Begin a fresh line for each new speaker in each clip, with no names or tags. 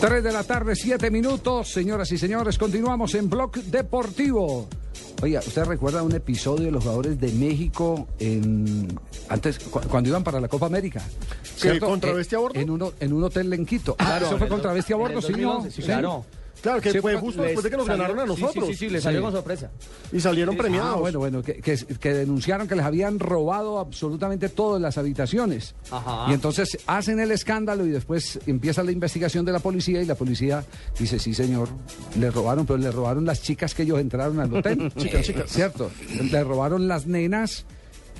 3 de la tarde, 7 minutos. Señoras y señores, continuamos en Blog Deportivo. Oiga, ¿usted recuerda un episodio de los jugadores de México en, antes, cu- cuando iban para la Copa América? ¿Cierto?
contra
Eh,
Bestia Bordo?
En, uno- en un hotel en Quito. Ah,
Claro,
eso
en
fue
el
contra
do-
Bestia
en el
Bordo, sí,
2011, sí, claro.
Claro, que
Sí,
fue
fue-
justo después de que nos
Salió-
ganaron a
sí, sí,
nosotros.
Sí, sí, le salió
Sí.
con sorpresa.
Y salieron premiados.
Ah, bueno, bueno, que, que- que denunciaron que les habían robado absolutamente todas las habitaciones.
Ajá.
Y entonces hacen el escándalo y después empieza la investigación de la policía y la policía dice, sí señor, le robaron, pero le robaron las chicas que ellos entraron al hotel. chicas, chicas. Cierto, le robaron las nenas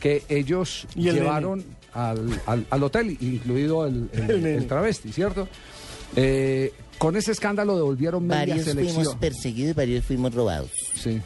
que ellos
Y el
llevaron al, al- al hotel, incluido el, el-
El nene.
el travesti, ¿cierto? Eh, con ese escándalo devolvieron media
Varios
selección.
fuimos perseguidos y varios fuimos robados.
Sí.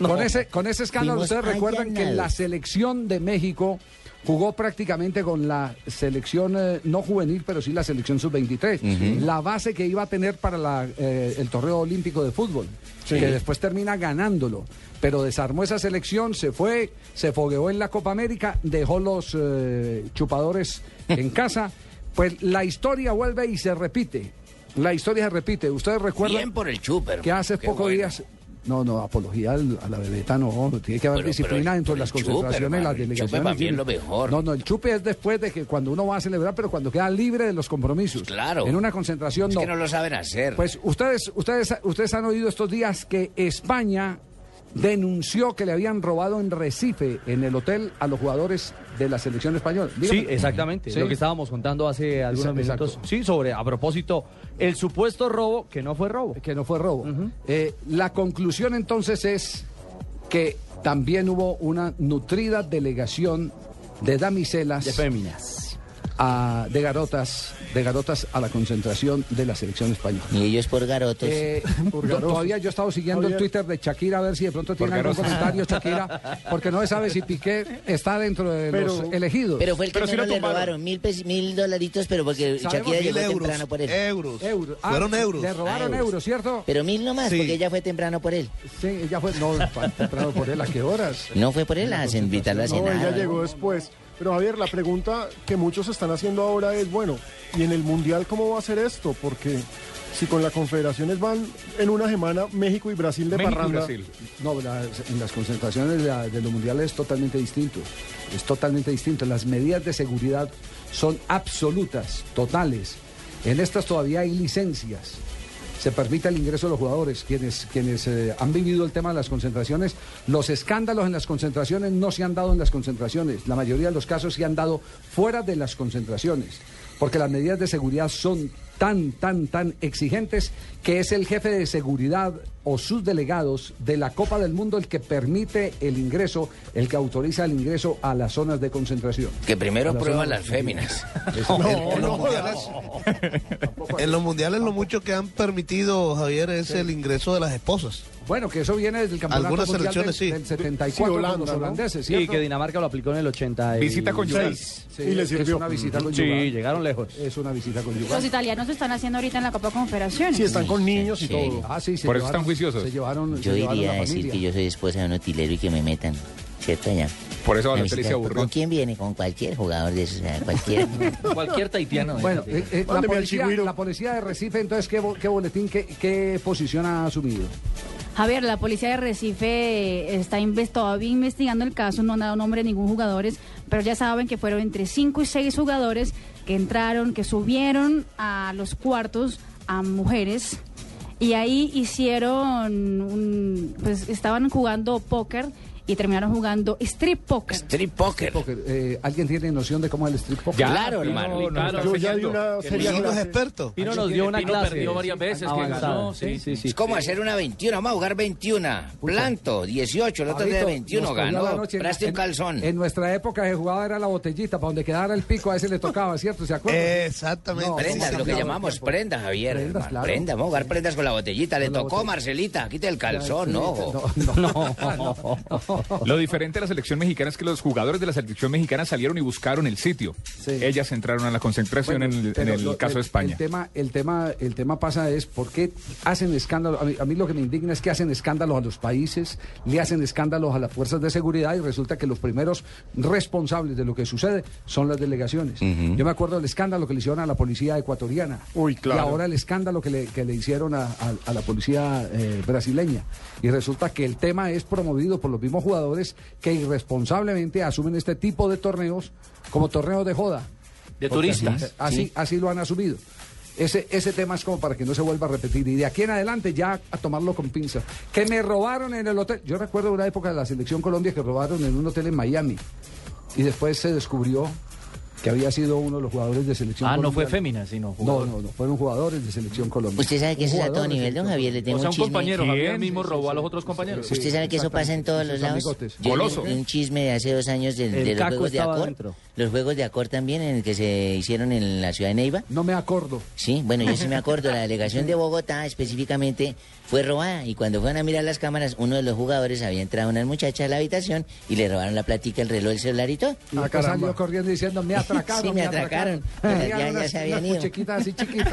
con, ese, con ese escándalo,
Fuimos
ustedes recuerdan que
allanados.
la selección de México jugó prácticamente con la selección, eh, no juvenil, pero sí la selección sub-23. La base que iba a tener para la, eh, el torneo olímpico de fútbol, que después termina ganándolo. Pero desarmó esa selección, se fue, se fogueó en la Copa América, dejó los eh, chupadores en casa. Pues la historia vuelve y se repite. La historia se repite. Ustedes recuerdan
Bien por el chuper.
que hace pocos
bueno.
días. No, no, apología al- a la bebeta no, tiene que haber
Pero-
disciplina
pero el-
dentro de
pero
las
el chupe,
concentraciones,
hermano,
las
el chupe
delegaciones.
para mí es
sí.
lo mejor.
No, no, el chupe es después de que cuando uno va a celebrar, pero cuando queda libre de los compromisos.
Claro.
En una concentración
Es
no.
que no lo saben hacer.
Pues ustedes, ustedes, ustedes han oído estos días que España denunció que le habían robado en Recife, en el hotel, a los jugadores de la selección española.
Sí,
Dígame.
exactamente.
Sí.
Lo que estábamos contando hace algunos
Exacto.
minutos. Sí, sobre, a propósito, el supuesto robo que no fue robo.
que no fue robo. Eh, la conclusión entonces es que también hubo una nutrida delegación de damiselas
De féminas.
a- de garotas, de garotas a la concentración de la selección española.
Y ellos por garotos.
Eh, to- todavía yo he estado siguiendo el
Javier.
Twitter de Shakira a ver si de pronto tiene algún comentario Shakira, porque no se sabe si Piqué está dentro de los
Pero-
elegidos.
pero fue el que
pero sí
menos
lo
le
tumbaron.
robaron. Mil, pes- mil dolaritos, pero porque
Sabemos
Shakira
mil
llegó
euros,
temprano por
pues,
él.
Eh,
Euros.
Euros. Ah,
Fueron euros.
Le robaron
Ah, euros.
euros, ¿cierto?
Pero mil nomás,
Sí.
porque ella fue temprano por él.
Sí, ella fue no, pa- temprano por él, ¿a qué horas?
No fue por él a invitarlo a
No,
cenar.
ella llegó después. Pero Javier, la pregunta que muchos están haciendo ahora es, bueno, ¿y en el Mundial cómo va a ser esto? Porque si con las confederaciones van en una semana México y Brasil de
México y
parranda,
Brasil.
No, las, en las concentraciones de, la- de los mundiales es totalmente distinto. Es totalmente distinto. Las medidas de seguridad son absolutas, totales. En estas todavía hay licencias. Se permite el ingreso de los jugadores. Quienes, quienes eh, han vivido el tema de las concentraciones, los escándalos en las concentraciones no se han dado en las concentraciones. La mayoría de los casos se han dado fuera de las concentraciones. Porque las medidas de seguridad son tan, tan, tan exigentes que es el jefe de seguridad o sus delegados de la Copa del Mundo el que permite el ingreso, el que autoriza el ingreso a las zonas de concentración.
que primero
Ahora
prueban
son-
las féminas.
En- en, los mundiales, en los mundiales lo mucho que han permitido, Javier, es el ingreso de las esposas.
Bueno, que eso viene desde el campeonato
Algunas
mundial del,
selecciones, sí.
del 74
Sí,
con los
Holanda, ¿no?
holandeses, ¿cierto?
Sí, que Dinamarca lo aplicó en el 80.
Visita conyugal.
Sí,
Y le
es
sirvió.
una visita
Sí,
conyugal.
llegaron lejos.
Es una visita
Los
conyugal.
italianos lo están haciendo ahorita en la Copa Confederaciones.
si están con niños y todo.
Ah, sí, se
Por
llevaron-
eso están juiciosos.
Se llevaron,
Yo
se llevaron la
iría a decir
familia.
que yo soy esposa de un utilero y que me metan. ¿Cierto, ya?
Por eso
Una
Balotelli
visita-
se aburrió.
¿Con quién viene? Con cualquier jugador de esos, o sea, cualquier.
Cualquier taitiano.
Bueno, eh, eh, la,
Mándeme al
policía,
chigüiro.
la policía de Recife, entonces, ¿qué, bo- qué boletín, qué, qué posición ha asumido?
Javier, la policía de Recife eh, está inves- todavía investigando el caso, no han dado nombre de ningún jugador, pero ya saben que fueron entre 5 y 6 jugadores que entraron, que subieron a los cuartos a mujeres y ahí hicieron, un- pues estaban jugando póker y terminaron jugando strip póker.
Strip poker.
Póker, eh, ¿Alguien tiene noción de cómo es el strip poker?
Claro, hermano.
No, no,
Yo ya di
enseñando.
una
Y
serie
son los
de
expertos.
Pino nos dio una
Pino
clase.
perdió varias veces, que
avanzada.
ganó, sí.
sí, sí.
Es como hacer una 21, vamos a jugar 21. Planto, 18, el otro día
Ahorita
21
nos tocó la
ganó.
noche en-
Traste un
en-
calzón.
En nuestra época se jugaba era la botellita, para donde quedara el pico, a ese le tocaba, ¿cierto? ¿Se acuerdan?
Exactamente.
No,
Prendas,
no,
lo que
claro,
llamamos
claro.
prendas, Javier.
Prendas,
hermano,
claro.
Prendas, vamos a jugar prendas con la botellita. Le
Con la
tocó
botella.
Marcelita, quita el calzón,
Sí,
ojo.
No, no, no, no.
Lo diferente a la selección mexicana es que los jugadores de la selección mexicana salieron y buscaron el sitio.
Sí.
Ellas entraron a la concentración
Bueno,
en el, en
pero
el
lo-
caso de
el-
España.
El tema, el, tema, el tema pasa es por qué hacen escándalo. A mí, a mí lo que me indigna es que hacen escándalos a los países, le hacen escándalos a las fuerzas de seguridad y resulta que los primeros responsables de lo que sucede son las delegaciones. Yo me acuerdo del escándalo que le hicieron a la policía ecuatoriana.
Uy, claro.
Y ahora el escándalo que le, que le hicieron a, a- a la policía eh, brasileña. Y resulta que el tema es promovido por los mismos jugadores que irresponsablemente asumen este tipo de torneos como torneos de joda.
De turistas.
Así, así lo han asumido. Ese, ese tema es como para que no se vuelva a repetir. Y de aquí en adelante ya a tomarlo con pinzas. Que me robaron en el hotel. Yo recuerdo una época de la Selección Colombia que robaron en un hotel en Miami. Y después se descubrió que había sido uno de los jugadores de Selección
Ah,
Colombia.
no fue fémina, sino
No,
jugador.
no, no. Fueron jugadores de Selección Colombia.
Usted sabe que eso es a todo
Jugadores de
nivel, don
Selección
Javier. Le tengo
O sea,
un
un
chisme.
compañero,
¿Quién?
Javier mismo
Sí,
robó
sí,
a los
sí,
otros
sí,
compañeros.
sí.
Usted sabe que eso pasa en todos los
Sus
lados.
amigotes.
Yo
Goloso.
leí Un chisme de hace dos años de,
El
de los
Caco
juegos de
estaba
Acor.
dentro.
Los juegos de Acor también, en el que se hicieron en la ciudad de Neiva.
No me acuerdo.
Sí, bueno, yo sí me acuerdo, la delegación de Bogotá específicamente fue robada y cuando fueron a mirar las cámaras, uno de los jugadores había entrado una muchacha a la habitación y le robaron la platica, el reloj, el celular y todo.
Y
Ah,
después salió corriendo diciendo, me atracaron.
Sí, me atracaron. Pero
Me
ya- ya se habían ido.
Chiquitas así chiquitas.